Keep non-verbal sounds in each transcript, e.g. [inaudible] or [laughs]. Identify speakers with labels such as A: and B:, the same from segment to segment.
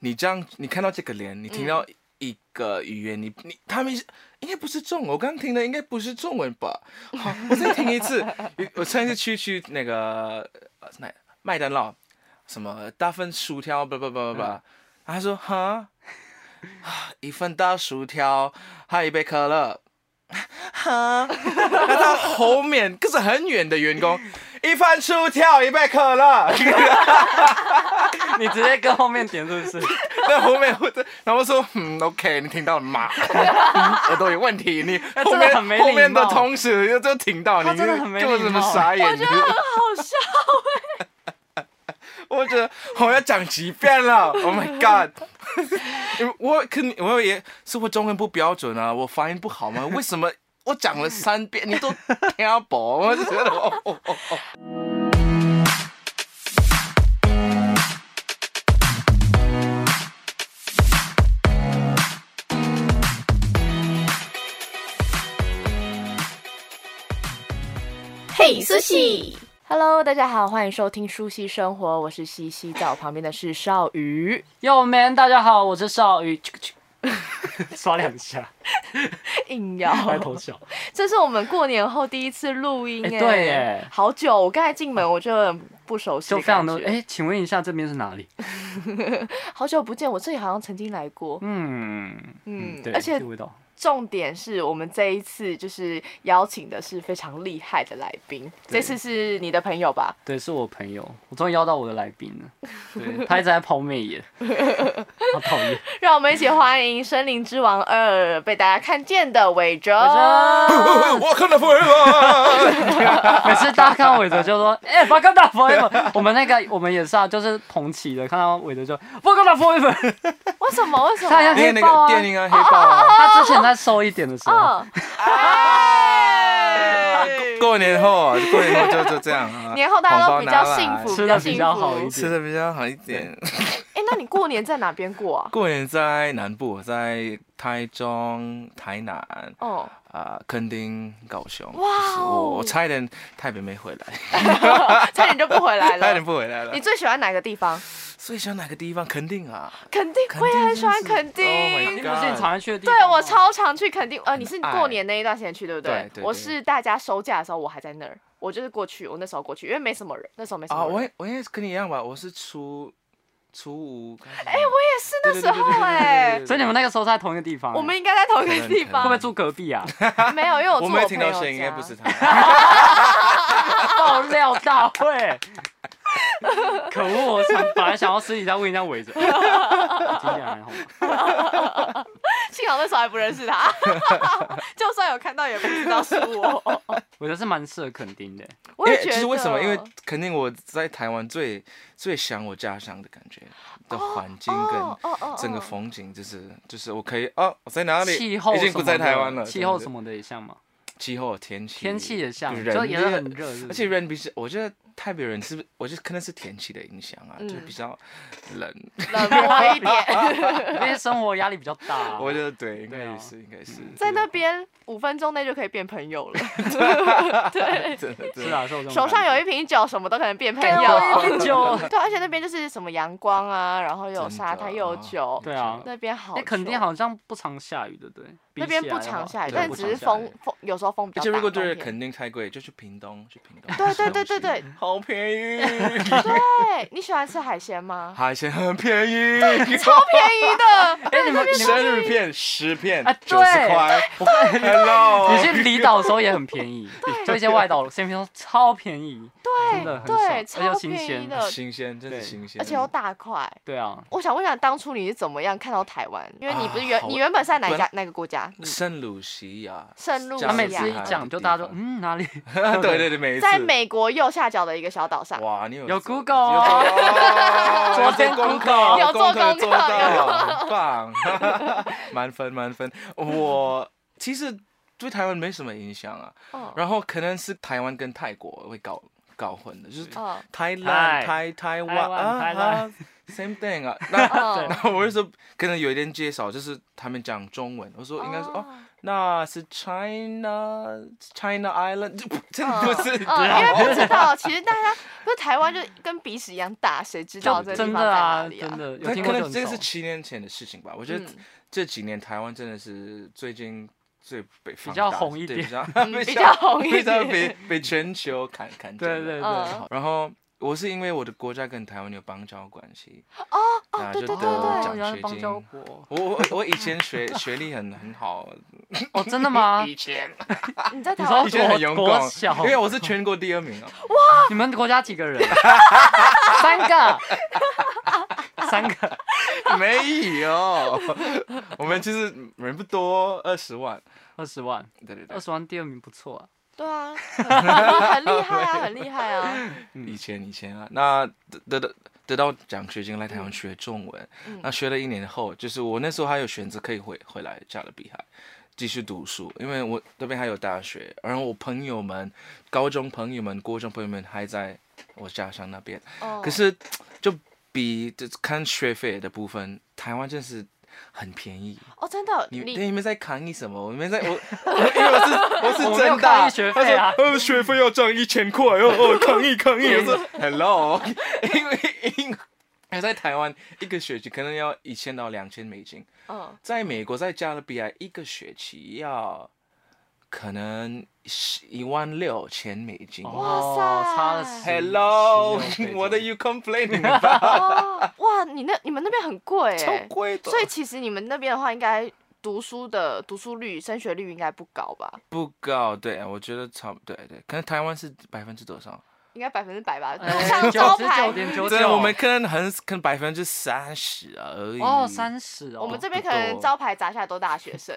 A: 你这样，你看到这个脸，你听到一个语言，你你他们应该不是中文，我刚听的应该不是中文吧？好，我再听一次。我上一次去去那个呃麦麦当劳，什么大份薯条，不不不不不，他说哈，啊一份大薯条，还有一杯可乐。哈，那到后面可是很远的员工，一份薯条，一杯可乐。
B: [laughs] 你直接跟后面点是不是？
A: 在后面我在，然后说，嗯，OK，你听到了吗？嗯耳朵有问题，你后
B: 真的很
A: 面
B: 没礼貌
A: 后面的同事又就听到你，
B: 他
A: 你
B: 真的很没礼貌
A: 就这么傻眼。
C: 我觉得很好笑，欸 [laughs]
A: 我觉得我要讲几遍了，Oh my god！我可能我也是我中文不标准啊，我发音不好吗？为什么我讲了三遍你都听不懂？我就觉得我。哦哦哦
D: 嘿，苏西，
C: Hello，大家好，欢迎收听《舒西生活》，我是西西，在我旁边的是少宇。
B: [laughs] Yo man，大家好，我是少宇， [laughs] 刷两下，
C: 硬要，
B: 还偷笑。
C: 这是我们过年后第一次录音
B: 哎
C: 哎、
B: 对耶啊
C: 好久，我刚才进门我就很不熟
B: [laughs]
C: 悉
B: 就
C: 的
B: 非常
C: 感觉，
B: 的哎、请问一下这边是哪里？
C: 好久不见，我这里好像曾经来过，
B: 嗯
C: 嗯，
B: 对，
C: 而且
B: 这味道
C: 重点是我们这一次就是邀请的是非常厉害的来宾，
B: 对
C: 这次是你的朋友吧？
B: 对，是我朋友，我终于邀到我的来宾了。对他一直在抛媚 [laughs] 眼，好讨厌。
C: 让我们一起欢迎《森林之王二》被大家看见的伟哲。啊
A: 哎我看到 forever，
B: [laughs] 每次大家看到韦德就说：“ [laughs] 哎、巴格达 forever。”我们 [laughs] 那个我们也是啊，就是同期的，看到韦德就巴格达
C: [laughs]
B: forever。
C: [laughs] 为什么？为什
B: 他好像
C: 么？
A: 因为那个电影啊，黑豹啊，
B: 他之前在瘦一点的时候，
C: 哦，
A: 啊过过年后，过年后就就这样啊。
C: 年后大
A: 红
C: 家都
A: 包
C: 比
A: 拿
C: 较
A: 来
C: 幸福，
B: 吃的
C: 幸
B: 比
C: 福。
B: 较好一点。
A: 吃的比较好一点。
C: 哎、那你过年在哪边过啊？
A: 过年在南部，在台中、台南、
C: 哦，
A: 啊、垦丁、高雄。
C: 哇哦
A: 就是我我差一点台北没回来，
C: 差点就不回来
A: 差一点
C: 了。
A: 不回来了
C: 你。最喜欢哪个地方？
A: 所以想哪个地方？垦丁啊，
C: 肯定，我也很喜欢肯定。
A: 真是 Oh my
B: 你不是你常去的地方
C: 对
B: 吗
C: 我超常去垦丁，呃，你是
A: 爱
C: 过年那一段时间去，对不
A: 对对对
C: 我是大家收假的时候，我还在那儿，我就是过去，我那时候过去，因为没什么人，那时候没什
A: 啊，
C: 么人。
A: 我
C: 也
A: 也我也是跟你一样吧，我是初初五。哎、
C: 是那时候哎，
B: 所以你们那个时候在同一个地方，啊
C: 我们应该在同一个地
A: 可能
B: 会不
C: 方
B: 会，住隔
C: [laughs]
B: 壁啊？
C: 没有，因为我住
A: 我没有
C: 朋
A: 听
C: 友
A: 到
C: 家。
A: 声音，应该不是他。
B: 爆料大会。 [laughs] 可恶！我想本来想要私底下问一下伟哲， [laughs] 听起来还好吗？
C: 幸好那时候还不认识他， [laughs] 就算有看到也不知道是
A: [laughs]
C: 我。
B: 伟哲是蛮适合垦丁的，
C: 我也
A: 因
C: 觉
A: 为
C: 得，
A: 就是为什么？因为肯定我在台湾最最想我家乡的感觉的环境跟
C: 哦哦哦
A: 整 [laughs] 个风景，就是就是我可以哦，我在哪里？
B: 气候
A: 已经
B: 什
A: 不
B: 么
A: 在
B: 的
A: 台湾了。
B: 气候什
A: 么？
B: 么的也像嘛，
A: 气候、天气、
B: 天气也像，
A: 人
B: 就也是很
A: 热。
B: 热，是不
A: 而
B: 是
A: 且人比较，我觉得台北人是不是？我觉得可能是天气的影响啊，就是比较冷。
C: 冷漠一点，
B: 因为生活压力比较大啊。
A: [laughs] 我觉得对，应
B: 对
A: 该
B: 啊
A: 也是，应该是。
C: 在那边五分钟内就可以变朋友
A: [laughs]
C: 了，
A: 真的真
B: 是 [laughs]
A: 的。啊
B: 啊，是有这种
C: 手上
B: 感觉
C: 有一瓶酒，什么都可能变朋
B: 给我一
C: 友。
B: 瓶酒。
C: 对，而且那边就是什么阳光啊，然后又有
A: 真
C: 沙
A: 的
C: 滩，又有酒，
B: 对啊
C: 那边好
B: 哎，
C: 球。
B: 垦丁好像不常下雨，对不对？
C: 那边
B: 比起来
C: 不
B: 的话
C: 常下雨，
A: 对
C: 但
A: 不
C: 只
A: 常
C: 是
A: 下
C: 风
A: 雨
C: 风有时候风比
A: 而
C: 较
A: 且
C: 大。
A: 如果就是
C: 冬天
A: 肯定太贵，就去屏东，去屏东。 [laughs]
C: 对对对对对，
A: 好便宜，
C: 对，你喜欢吃海
A: [laughs]
C: 鲜吗？
A: 海鲜很便宜，
C: 超便宜 [laughs] 的，
B: 哎，你们你
A: 生日片十片
B: 啊
A: 九十
B: 对
A: 块
B: 我看
A: ，Hello，
B: 你去离岛的时候也很便
C: [laughs]
B: 宜，就一些外岛线片都超便宜，哎真的
C: 对
B: 很爽
C: 对，
B: 而且又
C: 超
B: 新
C: 便宜
B: 鲜
C: 的，
A: 新鲜，真是新鲜，
C: 而且又大块。
B: 对啊，
C: 我想问一下，当初你是怎么样看到台湾？因为你不是原、
A: 啊好
C: 你原本是在哪一家
A: 本
C: 哪个国家？你
A: 圣鲁西亚，
C: 圣路西
A: 加
B: 他
A: 拿
B: 每
A: 大
B: 次一
C: 亚，
B: 讲就大家都嗯
C: [laughs]
B: 哪里
A: 对对对，每一次
C: 在美国右下角的一个小岛上。
A: 哇，你有
B: 有 Google 哦
A: 有
B: 昨天
A: 做
B: Google
C: 有
A: 功
C: 做
A: 课做
C: 功课
A: 到，棒，满分满分。我其实对台湾没什么影响啊， [laughs]
C: 嗯
A: 然后可能是台湾跟泰国会搞搞混的，就是
C: 嗯，
A: 台
B: 泰
A: 湾、台台湾
B: 台湾台
A: 啊
B: 湾，
A: same thing 啊。那
C: 哦
A: 然后我就说，可能有一点介绍，就是他们讲中文，我说应该是哦，那是 China China Island，就不真的不是。
C: 嗯，因为不知道，其实大家不是台湾就跟鼻屎一样大，谁知道这个地
B: 真
C: 方在
B: 的
C: 哪
B: 啊，
C: 里啊？
B: 真的有
A: 但
B: 听
A: 可
B: 过这
A: 能
B: 种
A: 这个
B: 手
A: 是七年前的事情吧。我觉得
C: 嗯
A: 这几年台湾真的是最近最被放
B: 比较
A: 大
B: 红一
A: 对
B: 点
A: 比较
C: 嗯比
A: 比
C: 较
A: 较
C: 红一
A: 比较
C: 点
A: 被被全球看看见
B: 对哦
A: 了
B: 对
C: 嗯
B: 对，
A: 然后我是因为我的国家跟台湾有邦交关系，
C: 哦
A: 那
C: 对
A: 就
C: 对
A: 得
C: 对对
A: 奖
B: 原来
A: 学
B: 邦交
A: 金
B: 国
C: [laughs]
A: 我我我以前学学历很很好，
B: 哦，真的
C: [laughs]
B: 吗？
A: 以前
C: 你在台
B: 你
C: 湾
B: 说
A: 以前很
B: 国
A: 勇
B: 国
A: 敢，
B: 小
A: 因为我是全国第二名啊。
B: 你们国家几个
C: [laughs]
B: 人？三个，三个，
A: 没有， [laughs] 我们其实人不多，二十万。
B: 二十万，
A: 对对对
B: 二，十万第二名不错啊。
C: 对啊，很厉害啊，很厉害啊！
A: [laughs] 以前以前啊，那得得得得到奖学金来台湾学中文，
C: 嗯
A: 那学了一年后，就是我那时候还有选择可以回回来加勒比海继续读书，因为我这边还有大学，然后我朋友们、高中朋友们、国中朋友们还在我家乡那边，
C: 哦
A: 可是就比这看学费的部分，台湾真是很便宜。
C: 哦，真的，
A: 你
C: 你
A: 你们在抗议什么？我们在
B: [laughs]
A: 我我因为我是我
B: 我没
A: 是
B: 有
A: 真大
B: 抗议学费啊
A: 他说呃学费要涨一千块哦 [laughs] 哦抗议抗议，我说 hello，因 [laughs] 为因为在台湾一个学期可能要一千到两千美金，
C: 嗯
A: 在美国在加勒比海一个学期要可能一万六千美金。
B: 哦，差了十
A: Hello，
B: 十
A: [laughs]
B: 六倍
A: what are you complaining [laughs]
C: 哦，哇，你那你们那边很贵
A: 哎超
C: 哎，
A: 贵的，
C: 所以其实你们那边的话，应该读书的读书率、升学率应该不高吧？
A: 不高，对我觉得差不对对，可能台湾是百分之多少？
C: 应该百分之百吧？
A: 哎
B: 呃
C: 像招牌
B: 九点九
A: 真的，
B: 九，
A: 我们可能很可能百分之三十而已。
B: 哦三十哦，
C: 我们这边
A: 不
C: 可能
A: 多
C: 招牌砸下来都大学
A: [laughs]
C: 生。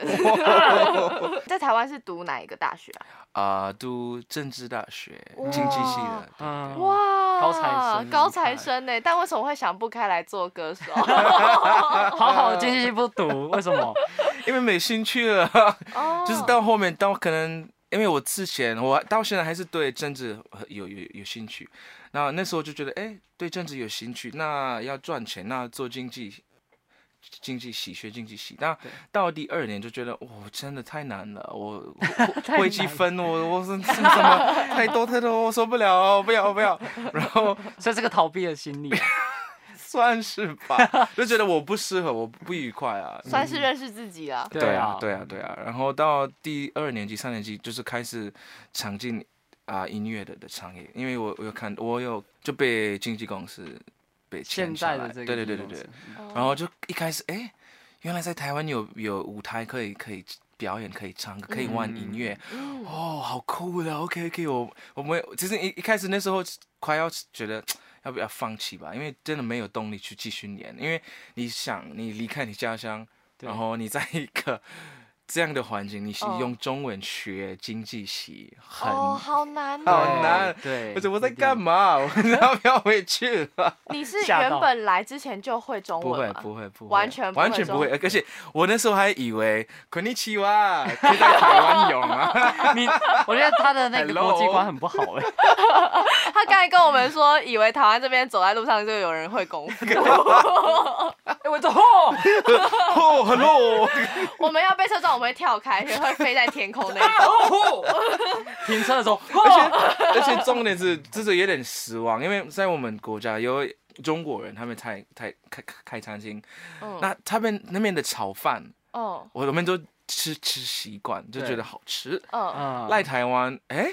C: 在台湾是读哪一个大学啊？
A: 啊、读政治大学经济系
C: 哇
A: 的，对
B: 嗯
C: 哇，
B: 高材生
C: 高
B: 厉
C: 材
B: 害
C: 生呢？但为什么会想不开来做歌
A: [laughs]
C: 手？
B: 好好的经济系不读，为什
C: [laughs]
B: 么？
A: 因为没兴趣了，
C: 哦
A: 就是到后面到可能，因为我之前我到现在还是对政治有有有兴趣，那那时候就觉得，哎，对政治有兴趣，那要赚钱，那做经济。经济系学经济系，那
B: 对
A: 到第二年就觉得，哇、真的太难了，我
B: 太
A: 会积
B: 难
A: 分，我我是是什么太多太多，我受不了，不要不要，然后
B: 所以这个逃避的心
C: 啊
B: 理，
A: [laughs] 算是
B: [laughs]
A: 吧，就觉得我不适合，我不愉快啊。
C: 算是认识自己了。
A: 对
B: 啊，
A: 对啊，对啊。然后到第二年级、三年级，就是开始尝进啊、音乐的的产业，因为我我有看，我有就被经纪公司被
B: 现
A: 签下
B: 在
A: 来，
B: 的这个
A: 对对对
B: 地
A: 对
B: 方
A: 对
B: 是。
A: 嗯然后就一开始，哎，原来在台湾有有舞台可以可以表演，可以唱歌，可以玩音乐，
C: 嗯
A: 哦，好酷的，OK OK，我我们其实一一开始那时候快要觉得要不要放弃吧，因为真的没有动力去继续演，因为你想你离开你家乡，
B: 对
A: 然后你在一个 [laughs] 这样的环境，你是
C: 哦
A: 用中文学经济系，很、
C: 哦，好难哦。
A: 好难
B: 对，
A: 而且我在干
B: 嘛？
A: 嘛？ [laughs] 我要不要回去了？
C: 你是
B: 吓到
C: 原本来之前就会中
A: 不会
C: 文吗？
A: 不会不会，
C: 完全不会
A: 完全不会，
C: 中
A: 而且我那时候还以为肯尼奇哇可以在台湾泳
C: [laughs]
A: 啊，
B: 你，我觉得他的那个
A: Hello
B: 国际观很不好哎。
C: 他刚才跟我们说，以为台湾这边走在路上就有人会功
A: [laughs]
C: 夫。
B: 哎， [laughs] 我走，
A: 哦，hello。
C: [laughs] 我们要被车撞，我们会跳开，也会飞在天空那种。
B: 停车的时 [laughs] 候，哦
A: 而且重点是，就是有点失望，因为在我们国家有中国人，他们开开开开餐厅，
C: 嗯，
A: 那他们那边的炒饭，
C: 哦，
A: 我们都吃吃习惯，就
B: 对
A: 觉得好吃。
C: 嗯，
B: 嗯，
A: 来台湾，哎、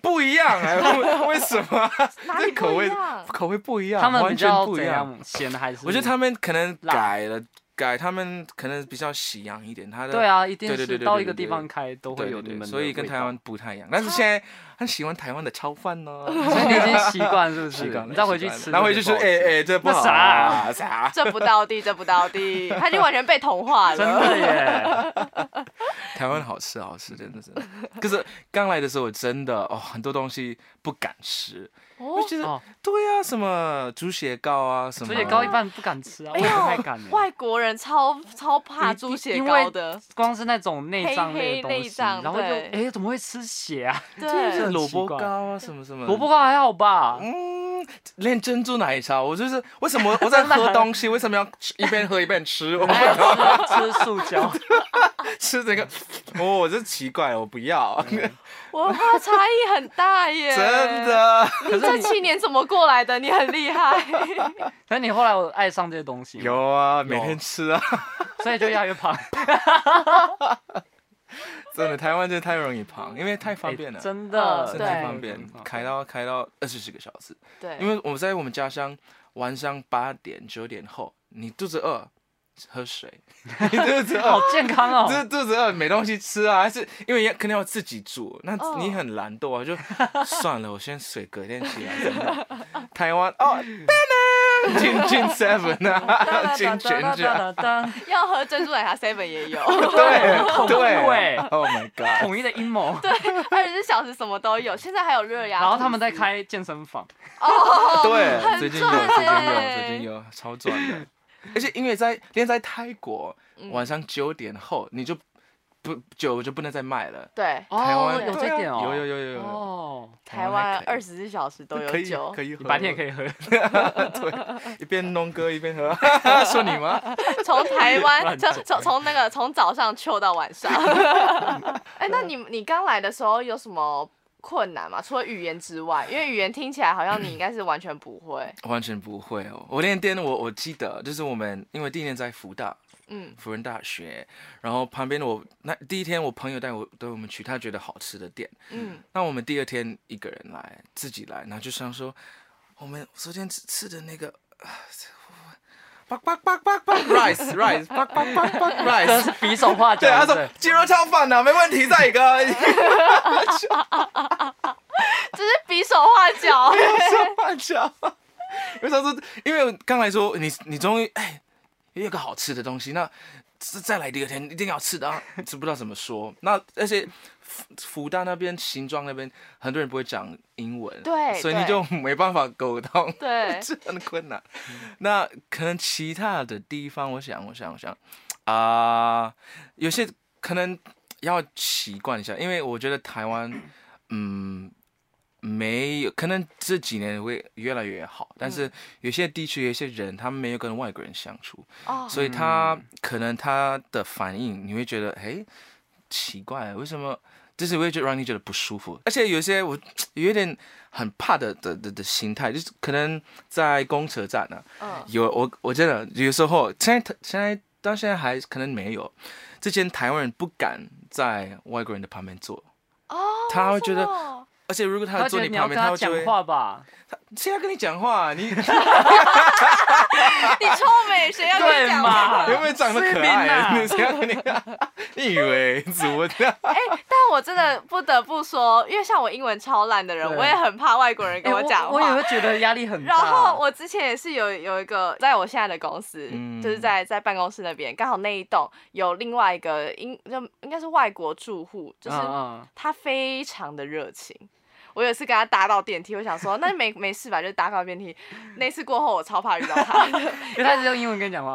A: 不一样哎、为
C: [laughs]
A: 为什么？
C: 哪
A: 这
C: 里
A: 口
C: 不一
A: 味
C: 样？
A: 口味不一样，
B: 他们比
A: 完全
B: 较
A: 不一
B: 怎
A: 样。
B: 样咸还是？
A: 我觉得他们可能
B: 辣
A: 改了，改他们可能比较西洋一点，他的
B: 对啊，一定
A: 对对对
B: 是
A: 对
B: 到
A: 对
B: 一个
A: 对
B: 地
A: 对
B: 方开都会
A: 对
B: 有
A: 对
B: 你
A: 对
B: 们的味道，
A: 所以跟台湾不太
B: [laughs]
A: 一样。但是现在很喜欢台湾的超饭呢、 [laughs]
B: 所以 [laughs] 你已经习惯是不是
A: 习惯？了，
B: 你再回
A: 习
B: 去
A: 惯了
B: 吃，
A: 拿回去吃，哎哎、这不好
B: [laughs]
A: 啊，啥？
C: 这不到地，这不到
A: [laughs]
C: 地，他已经完全被同化
B: 真
C: 了。
B: 的耶，
A: 台湾好吃好吃，真的是。可是刚来的时候，我真的哦，很多东西不敢吃，
C: 哦
A: 我觉得
B: 哦
A: 对啊，什么猪血糕啊，什么
B: 所以高一半不敢吃啊，我
C: 哎
B: 也
C: 呦
B: 不太敢耶。
C: 外国人超超怕
B: 一定
C: 猪血
B: 因
C: 糕
B: 为
C: 的，
B: [laughs] 光是那种内脏类
C: 黑黑
B: 的东
C: 内
B: 西，
C: 脏
B: 然后就
C: 对
B: 哎怎么会吃血啊？
A: 就是
C: 对，
A: 萝卜
B: 很奇怪
A: 糕啊，什么什么
B: 萝卜糕还好吧？
A: 嗯，连珍珠奶茶，我就是为什么我在喝东西，为什么要吃一边喝一边吃？我不 [laughs]
B: 哎 [laughs] 吃吃塑胶，
A: 吃这个，哦，我就奇怪了，我不要，
C: 文化差异很大耶，
A: [laughs] 真。的
C: 你这七年怎么过来的？你很厉害，
B: 可是你后来我爱上这些东西，
A: 有，哎啊，每天吃
B: [laughs]
A: 啊，
B: 所以就越来越
A: [laughs]
B: 胖，
A: 真的台湾真的太容易胖，因为太方便了，
B: 哎真的，
C: 嗯
A: 真
C: 真
A: 的
C: 的
A: 太
C: 对
A: 方便，开到开到二十几个小时，
C: [laughs] 对，
A: 因为我们在我们家乡晚上八点九点后，你肚子饿，喝水，
B: [laughs]
A: 你肚子饿
B: 好。健康
A: [laughs]
B: 哦，
A: 这肚子饿没东西吃啊，还是因为要肯定要自己煮，那
C: 哦
A: 你很懒惰啊，
B: [laughs]
A: 就算了，我先水隔天起来。真的台湾哦，
B: [laughs]
A: 进进 seven 啊，进全家，
B: 家，
C: 要喝珍珠奶茶，seven 也
A: [laughs]
C: 有，
A: 对
B: 恐怖
A: 对
B: 欸
A: ，Oh my god，
B: 统一的阴谋。
C: [laughs] 对，啊二十四小时什么都有。现在还有热压，哦
B: 然后他们在开健身房，哦
A: 对，
C: 很
A: 最近有，
C: 赚
A: 最近有，
C: 欸
A: 最近有，超赚的。而且因为在连在泰国
B: 嗯
A: 晚上九点后你就不酒就不能再卖了，
C: 对，
A: 台湾
B: 哦
A: 啊
B: 有这点哦，
A: 有有有有有。
B: 哦，
C: 台
A: 湾
C: 湾
A: 还可以
C: 二十四小时都有
A: 可以
C: 酒，
A: 可以喝，
B: 你白天也可以喝，
A: 以一边弄歌一边喝，说你吗？
C: 从台湾
B: 乱
C: 从从从那个从早上秋到晚上。哎、那你你刚来的时候有什么困难吗？除了语言之外，因为语言听起来好像你应该是完全不会。
A: [laughs] 完全不会哦！我那天我我记得，就是我们因为第一天在福大，
C: [laughs] 嗯，
A: 福仁大学，然后旁边我那第一天我朋友带我带我们去他觉得好吃的店，
C: 嗯，
A: 那我们第二天一个人来，自己来，然后就想说，我们昨天吃吃的那个，啊，这 rice rice 叭叭叭叭 rice
B: 这。是比手画脚。
A: 对，他说
B: 对不对
A: 鸡肉炒饭呐、没问题，再一个。
C: 这是比手画脚。
A: [laughs] 手画脚。因为他说，因为刚才说你你终于哎，也有个好吃的东西，那再再来第二天一定要吃的、啊，知不知道怎么说？那而且福福大那边新庄那边很多人不会讲英文，
C: 对
A: 所以你就没办法沟通，
C: [laughs]
A: [laughs]
C: 对
A: 这很困难。那可能其他的地方，我想，我想，我想，啊、有些可能要习惯一下，因为我觉得台湾，嗯，没有，可能这几年会越来越好，但是有些地区有些人他们没有跟外国人相处，
C: 哦，
A: 所以他可能他的反应你会觉得，哎，奇怪，为什么？就是会觉得让你觉得不舒服，而且有些我有一点很怕的的的的心态，就是可能在公车站呢、啊，
C: 嗯，
A: 有我我真的有时候现在现在到现在还可能没有，之前台湾人不敢在外国人的旁边坐，
C: 哦，
A: 他会
C: 为什
A: 觉得
C: 么
A: 而且如果他
B: 他
A: 坐
B: 觉得
A: 你
B: 你要
A: 旁
B: 跟
A: 边，他
B: 他
A: 会就
B: 讲
A: 会
B: 话吧，
A: 谁要跟你讲话、啊？
B: [laughs]
A: 你
C: 你臭美，谁要跟你
B: 对
C: 讲话？
B: 嘛？
C: [laughs]
A: 有没有长得可爱、啊？ [laughs] 谁要跟你？你以为怎么的？
C: 哎、但我真的不得不说，因为像我英文超烂的人，
B: 对
C: 我也很怕外国人
B: 哎
C: 跟我讲话。
B: 我也会觉得压力很大。
C: 然后我之前也是有有一个，在我现在的公司，
A: 嗯
C: 就是在在办公室那边，刚好那一栋有另外一个应就应该是外国住户，就是
B: 嗯嗯
C: 他非常的热情。我有一次跟他搭到电梯，我想说 [laughs] 那没没事吧，就搭到电梯。那次过后，我超怕遇到
B: [laughs]
C: 他的，
B: 嗯因为他是用英文跟你讲话， [laughs]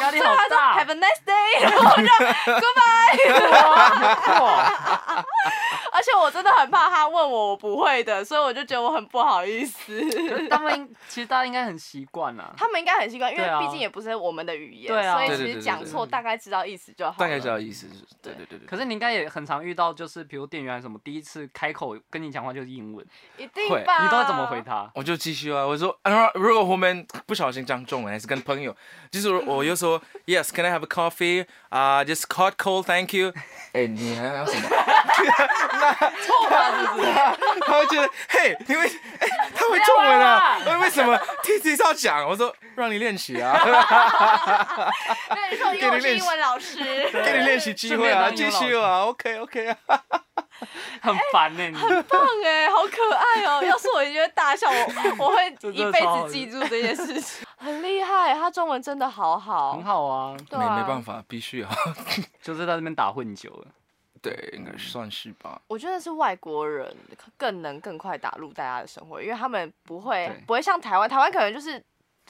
B: 压力
C: 所以
B: 好
C: 他说
B: 大
C: Have。a nice day，然 [laughs] 后我就
B: [laughs]
C: Goodbye。 [laughs]
B: 哇
C: 而且我真的很怕他问我我不会的，所以我就觉得我很不好意思。
B: 哦他们应其实大家应该很习惯啊啦。
C: 他们应该很习惯，因
B: 对
C: 为
B: 啊
C: 毕竟也不是我们的语言，
B: 对啊
C: 所以
A: 对对对
C: 其实
A: 对
C: 讲
A: 对
C: 错大概知道意思就好了。
A: 大概知道意思，就是对对对对。
B: 可是你应该也很常遇到，就是比如店员还是什么，第一次开口跟你讲话就是英文，
C: 一定
A: 会
C: 吧？
B: 你都会怎么回？他？
A: 我就继续啊，我说，然后如果我们不小心讲中文，还是跟朋友，就是我我又说，Yes，Can I have a coffee？啊、j u s t hot cold，Thank you。哎，你还要什么？
C: 错了是不是？
A: [laughs] 他会觉得，嘿，因为哎，他会中文啊，为为什么 T T 要讲？我说让你练习啊，
C: 那你说，因为我是英文
A: [laughs]
C: 老师，
A: 给
C: [laughs]
A: 你练习机会啊，
B: 顺便当英
A: 继
B: 文老师
A: 续啊，OK OK 啊，
C: 哎
B: 很烦欸呢、你
C: 棒哎，好可爱
A: [laughs]
C: 哦！要是我也觉得大笑，我我会
B: 真
C: 一
B: 的
C: 辈
B: 超好
C: 子记住这件事情。很厉害，他中文真的好好
B: 很，好啊，
C: 对
A: 没
C: 啊，
A: 没办。法，必须啊，
B: 就是在那边打混久了。
A: 对，应该算是吧。
C: 我觉得是外国人更能更快打入大家的生活，因为他们不会
B: 对
C: 不会像台湾，台湾可能就是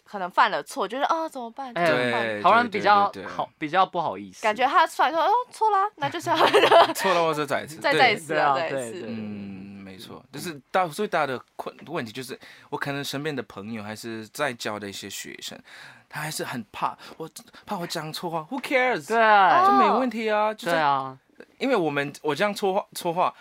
C: 可能犯了错，就是啊怎么办？怎
B: 哎
C: 么办？
A: 对
B: 台湾人比较
A: 对对对对
B: 好，比较不好意思，
C: 感觉他出来说哦错啦，那就是要
A: 错了，我再再一次，
C: 再
A: 对
C: 再一次
B: 对啊
C: 再一
B: 对
C: 次。
B: 对
A: 嗯，没没错，就是大最大的困问题就是，我可能身边的朋友还是在教的一些学生，他还是很怕我怕我讲错话，Who cares？
B: 对啊，
A: 就
C: 哦
A: 没问题啊，就
B: 对
A: 是
B: 啊，
A: 因为我们我这样错话错话，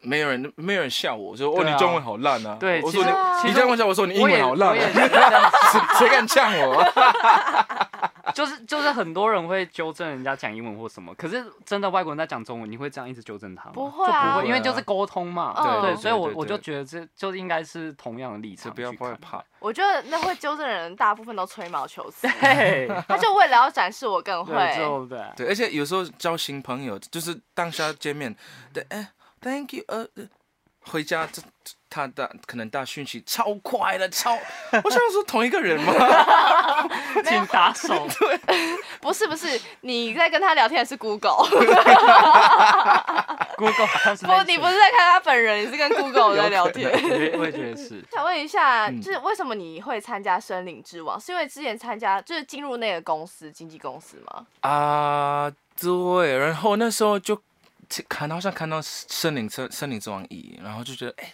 A: 没有人没有人笑我，我说哦
B: 对啊
A: 你中文好烂啊，
B: 对
A: 我
B: 其
A: 说
B: 实
A: 你
B: 其
A: 你
B: 实
A: 这样笑我说你英
B: 我也
A: 文好烂
B: 我也
A: 啊，
B: 是这样
A: 谁 [laughs] 谁敢呛我？
B: [laughs]
A: 啊
B: 就是就是很多人会纠正人家讲英文或什么，可是真的外国人在讲中文，你会这样一直纠正他吗？
C: 不会啊
B: 就不会，因为
A: 对啊
B: 就是沟通嘛。
C: 嗯
B: 对，
C: 对
B: 所以我
A: 对对
B: 我就觉得这就应该是同样的立
A: 这
B: 场
A: 不要
B: 去
A: 害
B: 看。
A: 怕，
C: 我觉得那会纠正的人大部分都吹毛
B: [laughs]
C: 求疵，
B: 嘿，
C: 他就为了要展示我更会。
B: 对，就对。
A: 对，而且有时候交新朋友，就是当下见面，对，哎，Thank you，呃，呃回家这这他的可能大讯息超快的，超，我想说同一个人吗？
C: [laughs]
B: 请打手，
C: 不是不是，你在跟他聊天的
B: [laughs]
C: 是 Google，
B: Google 好像是
C: [laughs] 不，
B: 那
C: 你
B: 一
C: 不是在看他本人，
B: [laughs]
C: 你是跟 Google 在聊
A: 有
C: 天
A: 可。
B: 群我也我也觉得是。
C: 想问一下，
A: 嗯
C: 就是为什么你会参加森林之王？是因为之前参加就是进入那个公司经纪公司吗？
A: 啊，对，然后那时候就看到像看到森林森森林之王一，然后就觉得，哎，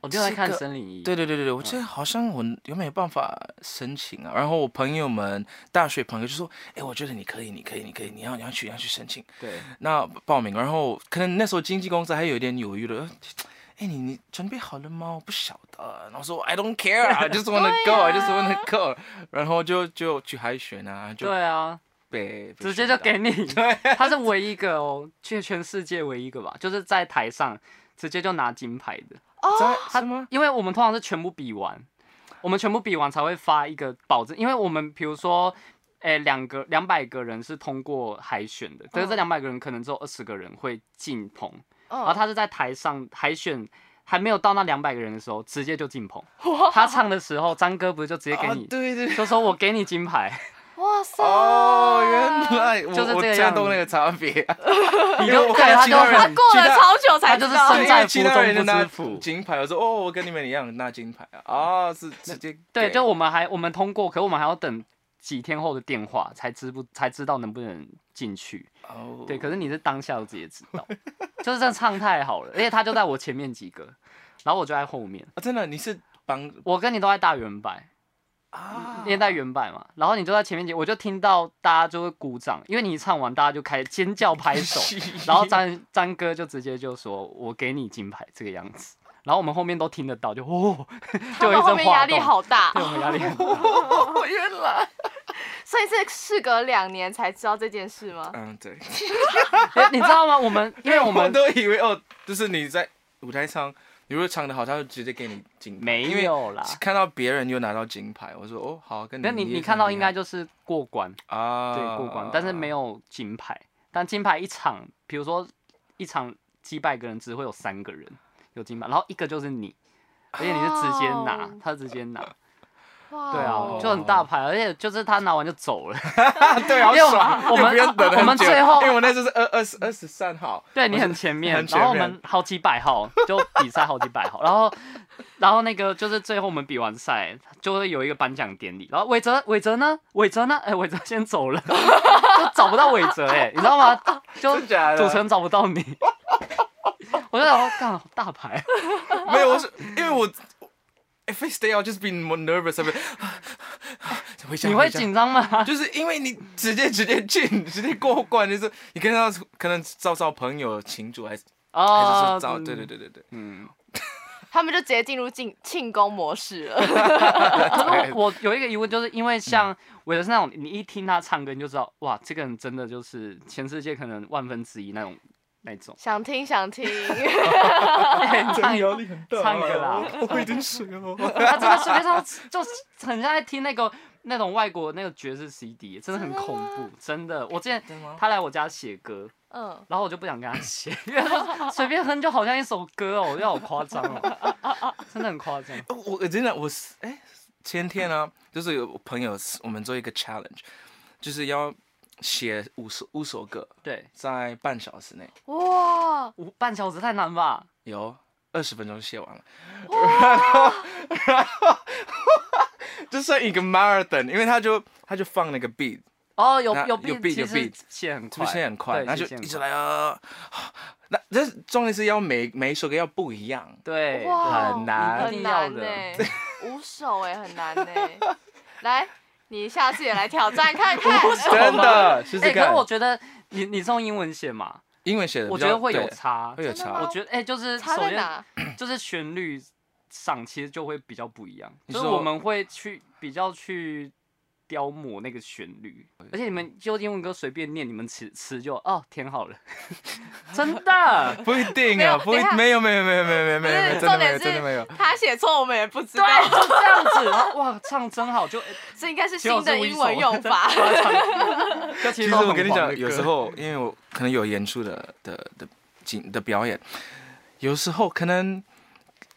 B: 我就在看
A: 这
B: 《
A: 个
B: 森林一》，
A: 对对对对对，我觉得好像我有没有办法申请啊？然后我朋友们，大学朋友就说，哎，我觉得你可以，你可以，你可以，你要你要去你要去申请。
B: 对，
A: 那报名，然后可能那时候经纪公司还有一点犹豫了。哎，你你准备好了吗？我不晓得。然后说 I don't care，I just wanna go，I just wanna go。然后就就去海选啊，就
B: 对啊，
A: 被
B: 直接就给你， [laughs]
A: 对
B: 他是啊唯一一个哦，全全世界唯一一个吧，就是在台上直接就拿金牌的，
A: 在什么？
B: 因为我们通常是全部比完，我们全部比完才会发一个保证，因为我们比如说。诶，两个两百个人是通过海选的，可是这两百个人可能只有二十个人会进棚，然后
C: 嗯，
B: 他是在台上海选还没有到那两百个人的时候，直接就进棚。他唱的时候，张哥不是就直接给
A: 啊
B: 你，
A: 对对。
B: 就说我给你
A: [laughs]
B: 金牌，
C: 哇塞！
A: 哦，原来我
B: 就是这个
A: 我
B: 样子
A: 战斗那个差
B: [laughs]
A: 别，因
B: 你
A: 为
B: 就
A: 我
B: 对
A: 看到
B: 他
A: 其
B: 就
A: 他人
C: 他
B: 很
C: 过
A: 其
C: 了
A: 他
C: 超久才
B: 他
C: 知
B: 就是
C: 道
A: [laughs]
B: 身，在
A: 其他
B: 福中
A: 人就
B: 不
A: 拿
B: 知福
A: 金牌，我说哦，我跟你们一样拿金牌啊，哦是直接
B: 对，
A: 给
B: 就我们还我们通过，可我们还要等几天后的电话才知不才知道能不能进去。
A: 哦
B: 对，可是你是当下就直接知道， [laughs] 就是这唱太好了，而且他就在我前面几个，然后我就在后面，
A: 啊真的你是帮
B: 我跟你都在大圆摆，
A: 啊，
B: 你也在原版嘛，然后你就在前面几，我就听到大家就会鼓掌，因为你一唱完，大家就开始尖叫拍手然后张张哥就直接就说：“我给你金牌。”这个样子，然后我们后面都听得到，就哦， [laughs]
C: 他
B: 就有一
C: 们后
B: 阵
C: 面
B: 晃
C: 压力
B: 动，
C: 好大，
B: 对我们压力很大。
C: [laughs]
A: 哦原来
C: 所以是事隔两年才知道这件事吗？
A: 嗯对。
B: 哎你知道吗？我们因为我
A: 我们
B: 们
A: 都以为哦，就是你在舞台上，你如果唱的好，他就直接给你金牌。因
B: 没
A: 为
B: 有啦，
A: 看到别人又拿到金牌，我说哦好，跟你
B: 那你
A: 也
B: 你
A: 很
B: 看到应
A: 厉害
B: 该就是过关，
A: 啊，
B: 对过关，但是没有金牌。但金牌一场，比如说一场几百个人，只会有三个人有金牌，然后一个就是你，而且你是直接拿
C: 哦，
B: 他直接拿。
C: 哇，
B: 对啊
A: 哦，
B: 就很大牌，而且就是他拿完就走了。
A: 啊，对，好
B: 因为我
A: 爽，
B: 我
A: 又
B: 们
A: 不用等很久
B: 我们最后
A: 因为我那时候是二二十二十三号，
B: 对你很前面
A: 哦很，前
B: 然后我
A: 面
B: 们好几百号 [laughs] 就比赛好几百号，然后然后那个就是最后我们比完赛就会有一个颁奖典礼，然后伟哲伟哲呢伟哲呢哎伟哲先走了，就找不到伟哲哎，你知道吗？就
A: 真假的
B: 主持人找不到你， [laughs] 我就想说干好大牌，啊
A: 没有，我是因为我。If I stay out, just be more nervous. I'll be- [laughs] 回家
B: 你会，
A: 回
B: 紧张吗
A: 家？就是因为你直接直接进，直接过关，就是你跟他可能找找朋友、情主还是还是
B: 哦
A: 说找，对对，对对对。
B: 嗯，
C: 他们就直接进入进庆功模式了。。
B: 可
A: 哎
B: 是我我有一个疑问，就是因为
A: 嗯
B: 像韦德是那种，你一听他唱歌你就知道，哇，这个人真的就是全世界可能万分之一那种那种
C: 想听想听，
B: 唱
A: 压力很大
B: 唱歌啦，
A: 我已经水哦。
B: [laughs] 他真的随便唱，就是很像在听那个那种外国那个爵士 CD，真的很恐怖，真的。我之前
A: 真的吗
B: 他来我家写歌，
C: 嗯，
B: 然后我就不想跟他写， [laughs] 因为他说随便哼就好像一首歌哦，要好夸张哦，真的很夸张。
A: 我我真的我是哎、前天呢、就是有朋友我们做一个 challenge，就是要写五首五首歌，
B: 对，
A: 在半小时内
C: [laughs] 哇，
B: 五半小时太难吧？
A: 有二十分钟写完了，然后然后就算一个 marathon，因为他就他就放那个 beat，
B: 哦，有
A: 那
B: 有
A: 有 beat，
B: 其
A: 有
B: 实
A: beat
B: 线很
A: 出
B: 快，
A: 现很快，
B: 对
A: 那就
B: 其实
A: 一
B: 线很
A: 直
B: 快
A: 来啊。那这重点是要每每一首歌要不一样，
B: 对，
C: 哇，哦
A: 很难欸
B: 一
C: 很
B: 定要
C: 难
B: 的
C: 呢、五首哎、很难呢、 [laughs] 来，你下次也来挑战看看。
A: 真的试
B: 哎、
A: 试
B: 可是
A: 看。
B: 我觉得你你是用英文写嘛，
A: 英文写的
B: 我
A: 比
B: 觉
A: 较
B: 得会有
A: 对
B: 差
A: 会。有
C: 啊真的吗
A: 差
B: 我。觉得哎、就是
C: 差
B: 首
C: 在
B: 先
C: 哪？
B: 就是旋律上其实就会比较不一样，
A: 你
B: 就是
A: 说
B: 我们会去比较去雕磨那个旋律，而且你们就英文歌随便念，你们词词就哦填好
C: [laughs]
B: 了，真的。
A: [laughs] 不一定
C: 没有
A: 啊，不
C: 等一下
A: 一没有没有没有没有没有
C: 不
A: 没有，没
C: 是，
A: 有真的
C: 重
A: 没
C: 点
A: 有真的没有啊
C: 是。他写错，我们也不知道。
B: 对，就这样子，然后哇，唱真好，
C: [laughs]
B: 就
C: 这应该是
B: 其实我
C: 新的
B: 是
C: 英文
B: whistle
C: 用法。
B: [laughs]
C: [laughs]
B: 就
A: 其
B: 其实
A: 实
B: 都
A: 我
B: 很
A: 跟你
B: 黄
A: 讲，
B: 的
A: 有
B: 歌
A: 时候因为我可能有演出的的的景的表演，有时候可能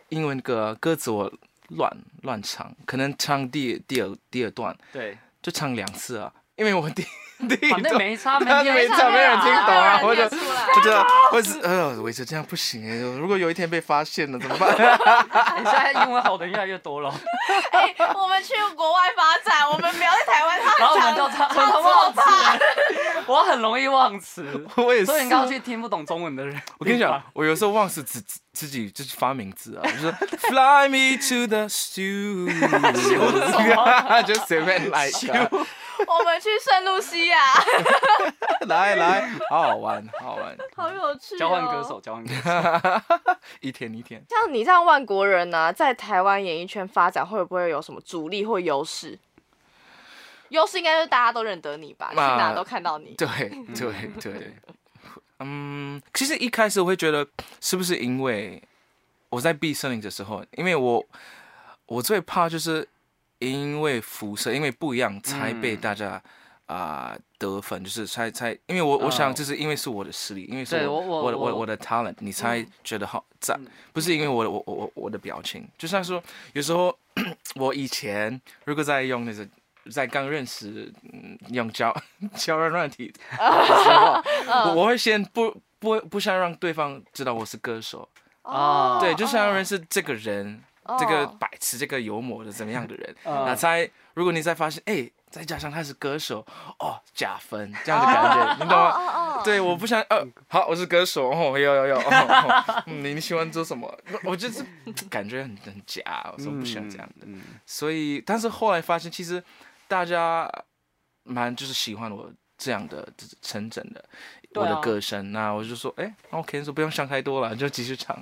A: 英文歌歌词我乱乱唱，可能唱第第二第二段 [laughs]
B: 对，
A: 就唱两次啊，因为我
C: 哦
A: 第 [laughs] 第一
B: 反正
A: 段
B: 没差，
A: 他 [laughs]
B: 没
A: 没差没人听懂啊
C: 没有
A: 我就
C: 人念出来
A: 不知道，我只呃，我一直这样不行哎，如果有一天被发现了怎么办？ [laughs]
B: 哎现在英文好的人越来越多了，
C: 哎、我们去国外发展，我们不要在台湾
B: 然后我们
C: 唱
B: 就
C: 唱
B: 常
C: 唱
B: 常
C: 错
B: 忘词
C: 吧。，
B: 我很容易忘词，
A: 我 [laughs] 也是啊
B: 所以。你刚刚去听不懂中文的人，
A: 我跟你讲，我有时候忘是自自自己就是发名字啊，就是 Fly me to
B: [laughs]
A: the [laughs] studio，就随
B: [laughs]
A: 便来一个，
C: [laughs] 我们去圣露西亚， [laughs]
A: 来来，好好玩，好好玩，
C: 好有趣、哦。
B: 交换歌手，交换歌手，
A: 一天一天。
C: 像你这样万国人呢、在台湾演艺圈发展会不会有什么阻力或优势？优势应该就是大家都认得你吧，去
A: 啊
C: 哪都看到你。
A: 对对对，嗯，其实一开始我会觉得是不是因为我在闭森林的时候，因为我我最怕就是因为辐射，因为不一样才被
B: 嗯
A: 大家啊、得分，就是才才，因为我我
B: 哦
A: 想就是因为是我的实力，因为是
B: 对
A: 我
B: 我我
A: 的我
B: 我
A: 我的 talent，你才觉得好赞，不是因为我的我我我我的表情，就像说有时候我以前如果在用那个。在刚认识，嗯，用交交友软体我我会先不不不想让对方知道我是歌手，
B: 啊
A: 对，就想要认识这个人，
C: 哦
A: 这个白痴，这个幽默的怎么样的人，
B: 嗯
A: 那才如果你再发现，哎，再加上他是歌手，哦，加分这样的感觉，你懂吗？
C: 哦
B: 啊
C: 哦哦，
A: 对，我不想，呃，好，我是歌手，哦，有有有，哦哦嗯你你喜欢做什么？我就是感觉很很假，我说不喜欢这样的，
B: 嗯，嗯
A: 所以，但是后来发现，其实大家蛮就是喜欢我这样的就是成整的
B: 对
A: 我
B: 啊
A: 的歌声，那我就说，哎、那 o k 说不用想太多了，就继续唱。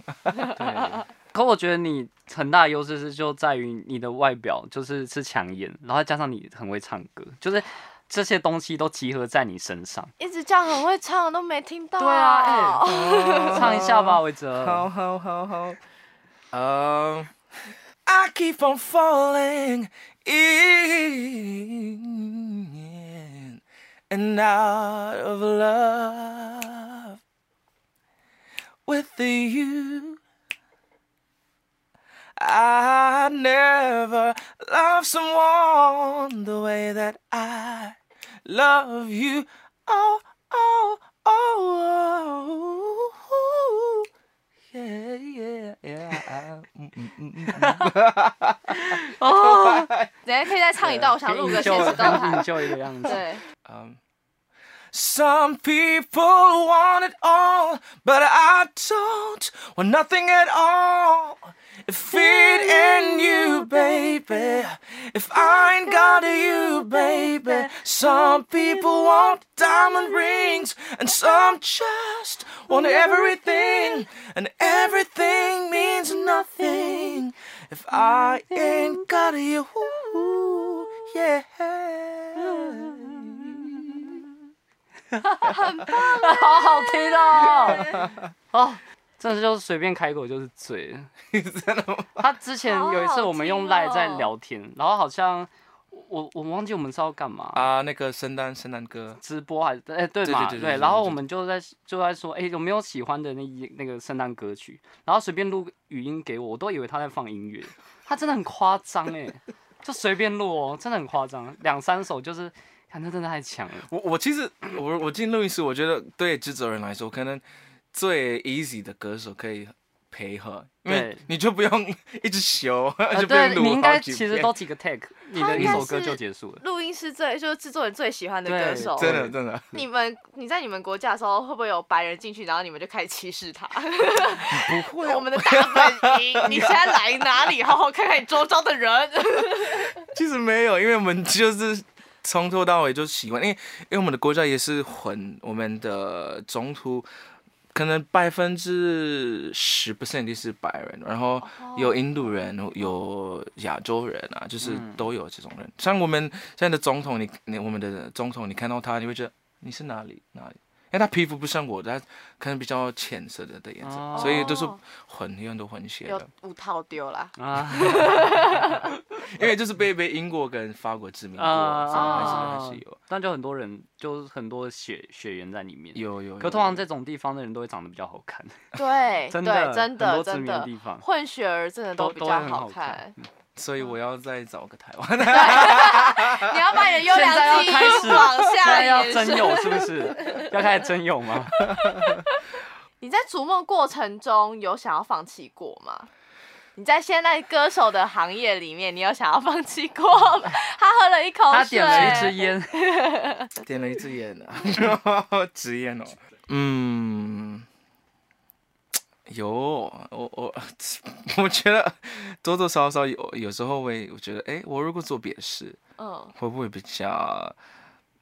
B: 对。可我觉得你很大的优势是就在于你的外表就是是抢眼，然后再加上你很会唱歌，就是这些东西都集合在你身上。
C: 一直这样很会唱，都没听到。
B: 对啊哎
C: 哦
B: 唱一下吧，韦哲。
A: 好好好好，嗯、i keep on falling in and out of love with you. I never love someone the way that I love you. Oh, oh, oh, oh. Yeah, yeah, yeah. 嗯嗯嗯嗯嗯
B: 哦，
C: 等下可以再唱一段，我想录个现实动态
B: 你。就一个样 [laughs] 子。
C: 对，
A: Um, some people want it all, but I don't want nothing at all. If it ain't you, baby, if I ain't got you, baby, some people want diamond rings, and some just want everything, and everything means nothing if I ain't got you. [laughs] Yeah.
B: 好好听哦！
C: [laughs]
B: 哦，真的就是随便开口就是嘴。
A: 真的吗？
B: 他之前有一次我们用
C: 好好
B: 赖
C: 听哦
B: 在聊天，然后好像我我忘记我们是要干嘛。
A: 啊，那个圣诞圣诞歌，
B: 直播还是哎、对
A: 对
B: 嘛
A: 对对对对
B: 然后
A: 对
B: 我们就在就在说哎、有没有喜欢的那一那个圣诞歌曲，然后随便录语音给我，我都以为他在放音乐，他真的很夸张哎，就随便录哦，真的很夸张，两三首就是，看那真的太强了，
A: 我我其实我我进录音室，我觉得对制作人来说，可能最 easy 的歌手可以配合，因
B: 对
A: 为你就不用 [laughs] 一直修，
B: 呃，
A: [laughs] 就不用
B: 对
A: 录
B: 你应该
A: 好几
B: 其实
A: 遍
B: 都几个 take，你
C: 他
B: 的一
A: 应该
B: 首歌
C: 是
B: 就结束了。
C: 录音师最就是制作人最喜欢的
B: 对
C: 歌手。
A: 真的真的，
C: 你们你在你们国家的时候，会不会有白人进去，然后你们就开始歧视
B: [laughs]
C: 他？
A: 不会
B: 啊
C: 我们的大本营，你现在来哪里？好好看看你周遭的人。
A: 其实没有，因为我们就是从头到尾就喜欢，因为因为我们的国家也是混我们的中途。可能百分之十 percent 是白人，然后
C: 哦
A: 有印度人，有亚洲人啊，就是
B: 嗯
A: 都有这种人。像我们现在的总统，你你我们的总统，你看到他，你会觉得你是哪里哪里？因为他皮肤不像我，他可能比较浅色的的颜色，所以都是
C: 哦
A: 混有很多混血
C: 有
A: 的，
C: 五套丢啦。
A: [laughs]
B: 啊，
A: 因为就是被被英国跟法国殖民过，
B: 啊
A: 所以还
B: 啊
A: 是还是有。
B: 但就很多人就是很多血血缘在里面。
A: 有有，
B: 可通常这种地方的人都会长得比较好看，
C: 对，
B: 哎 [laughs] 真
C: 对，
B: 的，
C: 真
B: 很
C: 的，
B: 多殖
C: 真
B: 民的
C: 的，
B: 地方
C: 混血儿真的
B: 都
C: 比
B: 都
C: 较
B: 会很
C: 好
B: 看。。嗯
A: 所以我要再找个台湾的。 [laughs]
B: [laughs]
C: 你要把你的优
B: 现在
C: 良
B: 要
C: 基
B: 开始
C: 因 [laughs] 往
B: 现在
C: 下
B: 要
C: 延
B: 真
C: 伸。
B: 有是不
C: [laughs]
B: 是？要开始真有吗？
C: 你在逐梦过程中有想要放弃过吗？你在现在歌手的行业里面，你有想要放弃过吗？ [laughs] 他喝了一口
B: [laughs] 他
C: 水，
B: 点了一支烟，
A: 点了一支烟 [laughs] 啊，直烟哦。嗯，有我我 [laughs] 我觉得多多少少有，有时候会我觉得，哎，我如果做别的事，
C: 嗯，
A: 会不会比较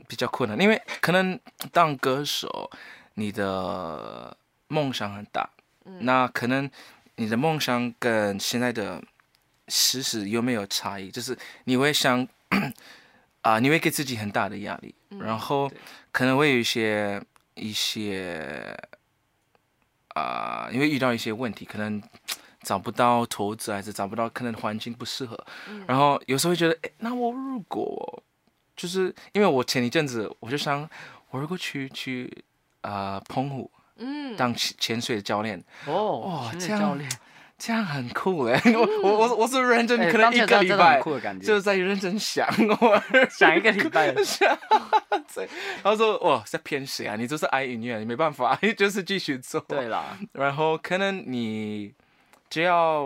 A: 比较困难？因为可能当歌手，你的梦想很大，那可能你的梦想跟现在的事实有没有差异？就是你会想 [clears throat] 啊、你会给自己很大的压力，然后
B: 对
A: 可能会有一些一些啊、你会遇到一些问题，可能找不到投资，还是找不到，可能环境不适合。然后有时候会觉得，哎，那我如果就是因为我前一阵子我就想，我如果去去啊、澎湖
C: 嗯，
A: 当潜潜水教练，
B: 哦
A: 哇
B: 真的
A: 这样
B: 教练，
A: 这样很酷哎、我我我我是认真，
B: 哎
A: 可
B: 当
A: 能一
B: 健
A: 个
B: 身
A: 礼
B: 真的很
A: 拜
B: 酷的感觉，
A: 就
B: [laughs]
A: 在认真想我。
B: 想一个礼
A: [laughs]
B: 拜，
A: 他说：“哇，在骗谁啊？你就是爱音乐，你没办法， [laughs] 就是继续做。
B: [laughs] 对啦，
A: 然后可能你只要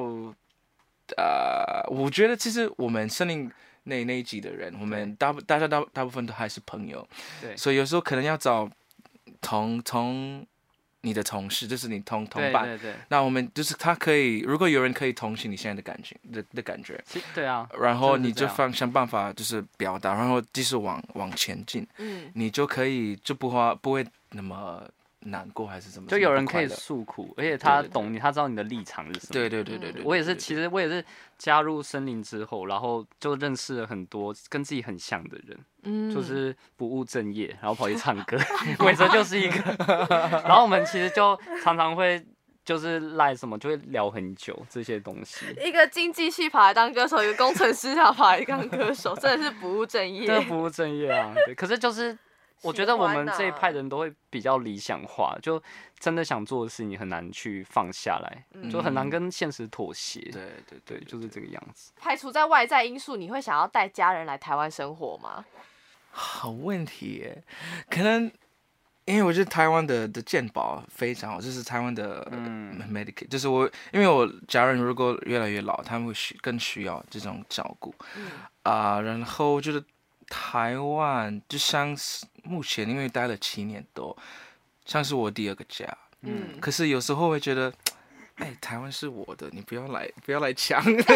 A: 呃，我觉得其实我们森林那那一集的人，我们大部大家大大部分都还是朋友，
B: 对
A: 所以有时候可能要找同同你的同事，就是你同同
B: 对
A: 伴。
B: 对对，
A: 那我们就是他可以，如果有人可以同情你现在的感情的的感觉，
B: 其对啊，
A: 然后
B: 真的
A: 你
B: 是这
A: 就
B: 样
A: 放想办法就是表达，然后继续往往前进，
C: 嗯，
A: 你就可以就不花不会那么难过还是怎么，
B: 就
A: 怎么
B: 有
A: 不
B: 人
A: 快
B: 可以
A: 乐
B: 诉苦，而且他
A: 对对
B: 懂你，他知道你的立场是什么。
A: 对对对对
C: 嗯
A: 对，
B: 我也是，
A: 对
B: 其实我也是加入森林之后，然后就认识了很多跟自己很像的人，
C: 嗯
B: 就是不务正业，然后跑去唱
C: [laughs]
B: 歌，伟哲就是一个。然后我们其实就常常会就是赖什么，就会聊很久这些东西。
C: 一个经济系跑来当歌手，一个工程师要跑来当歌手，真的是不务正业
B: 这。不务正业啊，对。可是就是我觉得我们这一派的人都会比较理想化，就真的想做的事情很难去放下来，就很难
A: 嗯
B: 跟现实妥协。
A: 对对对
B: 对，就是这个样子。
C: [laughs] 排除在外在因素，你会想要带家人来台湾生活吗？
A: 好问题耶，可能因为我觉得台湾的的健保非常好，就是台湾的
B: 嗯
A: Medicaid，、就是我因为我家人如果越来越老，他们会需更需要这种照顾啊、然后我觉得台湾就像是目前因为待了七年多，像是我第二个家，
C: 嗯，
A: 可是有时候会觉得。哎，台湾是我的，你不要 [laughs] 来，不要来抢！ [laughs]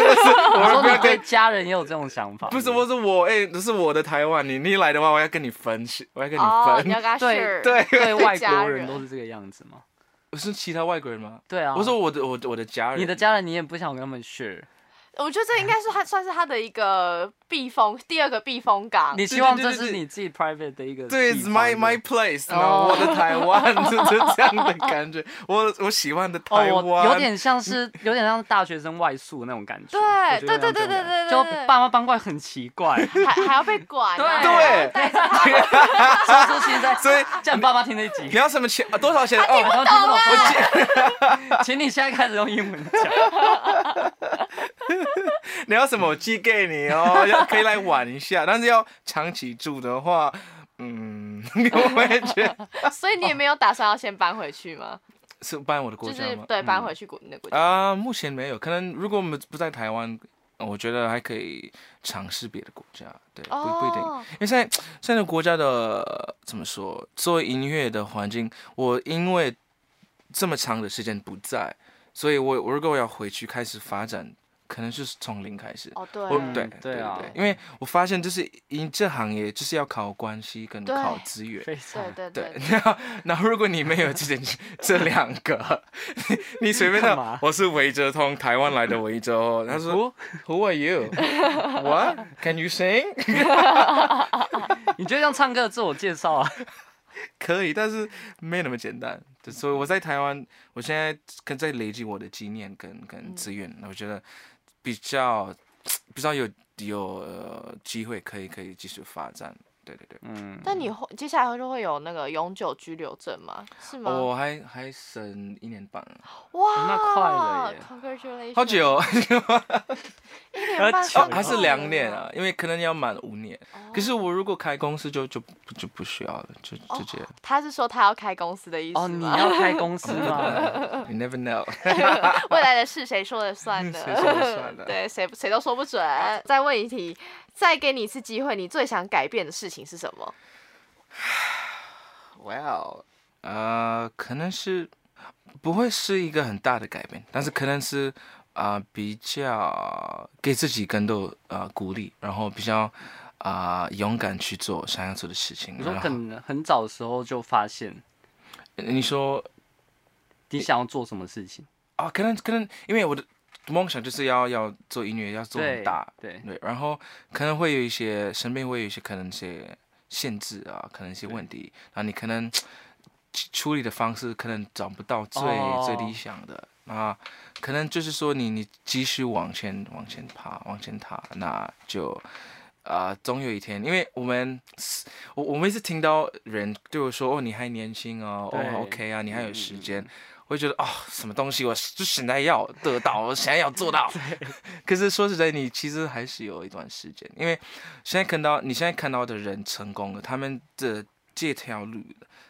A: 我们不要
B: 我说你对
A: 跟
B: 家人也有这种想法？
A: 不是，我是我，哎、这是我的台湾，你你来的话，我要跟你分，我要跟你
C: 哦，
A: 分。
C: 你要跟他
B: 对
C: share
A: 对，
B: 对外
C: 家
B: 国人
C: 人
B: 都是这个样子吗？
A: 是其他外国人吗？
B: 对啊，
A: 我说我的我的我的家人，
B: 你的家人你也不想跟他们 share，
C: 我觉得这应该是他算是他的一个避风，第二个避风
A: 啊
C: 港。
B: 你希望这是你自己 private 的一个
A: 对
B: 地
A: ，it's
B: 方
A: my
B: 的
A: my place，然后我
B: 哦
A: 的台湾， [laughs] 就是这样的感觉。我我喜欢的台
B: 哦，
A: 湾，
B: 我有点像是有点像是大学生外宿那种感觉。
C: 对
B: 我觉得
C: 对对
B: 有点像
C: 对
B: 这
C: 对对
B: 种感觉
C: 对对
B: 就爸妈搬过来很奇怪，
C: 还还要被管、啊，
B: 对
C: 还要带着他们
B: 所以说现在
A: 所以
B: 叫你爸妈听这一
A: 你
B: 集，
A: 要什么钱？啊多少钱？
B: 然
A: 哦，
B: 后听不懂，啊我请请你现在开始用英文讲。
A: 你要什么？我寄给你哦， [laughs] 要可以来玩一下，但是要长期住的话，嗯，我也觉得 [laughs]
B: [laughs]
C: 所以你也没有打算要先搬回去吗？
A: 是搬我的国
C: 就
A: 家吗嗯
C: 是？对搬回去国那国家。
A: 啊、目前没有，可能如果我们不在台湾，呃我觉得还可以尝试别的国家，对，不不一定，
C: 哦
A: 因为现在现在的国家的呃怎么说，作为音乐的环境，我因为这么长的时间不在，所以我我如果要回去开始发展，可能就是从零开始。
C: 哦，
A: 我
C: 对，
A: 对
B: 对啊
A: 对，因为我发现就是音这行业就是要靠关系跟
C: 对
A: 靠资源，
B: 非常
C: 对对
A: 对
C: 对，，
A: 然后然后如果你没有这件这两个， [laughs] 你你随便
B: 干嘛
A: 的，我是维哲通，台湾来的维
B: [laughs]
A: 州，他说 Who are you? What can you sing?
B: 你就像唱歌的自我介绍啊，
A: 可以，但是没那么简单。对所以我在台湾，我现在跟在累积我的经验跟跟
C: 嗯
A: 资源，我觉得比较比较有有、呃、机会可以可以继续发展。对对对。
B: 嗯，
C: 但你会接下来就会有那个永久居留证吗？是吗？
A: 我、还还剩一年半，
C: 哇，
B: 哦那快了耶
C: ！Congratulations，
A: 好，久、哦，
C: 一年半
B: 好久
C: 快
B: 哦
A: [laughs] 还是
C: 了
A: 两年啊？因为可能要满五年。
C: 哦
A: 可是我如果开公司就就就不需要了，就
C: 哦
A: 直接。
C: 他是说他要开公司的意思
B: 哦，你
C: 吗？
B: 要开公司吗？
A: [laughs]
C: 哦呃
A: You never know，
C: [laughs] 未来的事谁说了算
B: [laughs]
C: 呢？
A: 谁说了算呢
C: [laughs] 对，谁谁都说不准。再问一题，再给你一次机会，你最想改变的事情是什么？
A: 哇哦，呃，可能是不会是一个很大的改变，但是可能是啊、呃比较给自己更多呃鼓励，然后比较啊、呃勇敢去做想要做的事情。
B: 你说
A: 然后
B: 很很早的时候就发现
A: 你说
B: 你想要做什么事情，
A: 啊、可能可能因为我的梦想就是要要做音乐，要做
B: 对
A: 很大，
B: 对，
A: 对，然后可能会有一些身边会有一些可能一些限制啊，可能一些
B: 对
A: 问题，然后你可能处理的方式可能找不到最、最
B: 哦
A: 理想的啊，可能就是说你你继续往前往前爬往前爬，那就啊、呃总有一天，因为我们我我们一直听到人对我说哦你还年轻哦，
B: 对
A: 哦 OK 啊你还有
B: 嗯
A: 时
B: 嗯
A: 间，我就觉得哦什么东西我就现在要得到，我现在要做到。 [laughs] 可是说实在，你其实还是有一段时间，因为现在看到你现在看到的人成功了，他们的这条路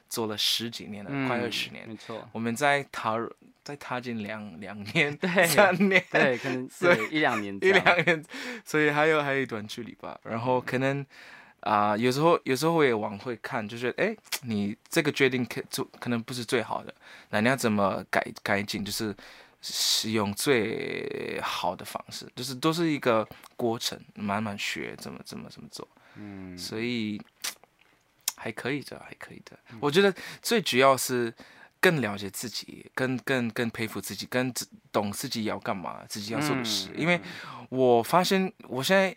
A: 走了十几年了，
B: 嗯
A: 快二十年。
B: 没错，
A: 我们再踏入再踏进两两年、
B: 对
A: 三年、
B: 对，可能
A: 所以
B: 对一两年这
A: 一
B: 样，
A: 两年，所以还有还有一段距离吧。然后可能啊、有时候有时候我也往回看，就觉得哎，诶你这个决定可做可能不是最好的，那你要怎么改改进？就是使用最好的方式，就是都是一个过程，慢慢学怎么怎么怎么做。
B: 嗯，
A: 所以还可以的，还可以的。
B: 嗯
A: 我觉得最主要是更了解自己，更更更佩服自己，更自懂自己要干嘛，自己要做的事。
B: 嗯
A: 因为我发现我现在。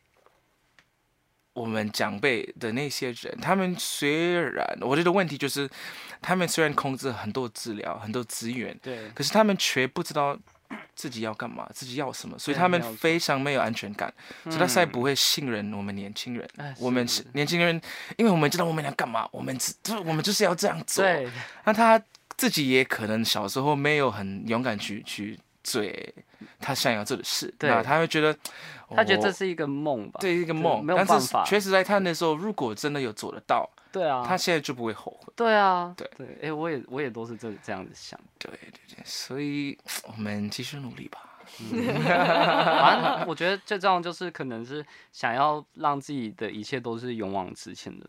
A: 我们长辈的那些人，他们虽然我觉得问题就是，他们虽然控制很多资料、很多资源，
B: 对，
A: 可是他们却不知道自己要干嘛，自己要什么，所以
B: 对
A: 他们
B: 没有错
A: 非常没有安全感，所以他才不会信任我们年轻人。
B: 哎
A: 我们
B: 是
A: 是年轻人，因为我们知道我们要干嘛，我们只就是我们就是要这样做。
B: 对，
A: 那他自己也可能小时候没有很勇敢去去追他想要做的事，
B: 对
A: 那他会觉得
B: 他觉得
A: 我
B: 这是一个梦吧，
A: 这是一个
B: 对
A: 梦，
B: 没有
A: 但
B: 办
A: 是
B: 法，
A: 确实在他那时候，如果真的有做得到，
B: 对啊，
A: 他现在就不会后悔。
B: 对啊，
A: 对
B: 对，哎，我也我也都是这这样子想， [laughs]
A: 对对对，所以我们继续努力吧。
B: 反正我觉得最重要就是可能是想要让自己的一切都是勇往直前的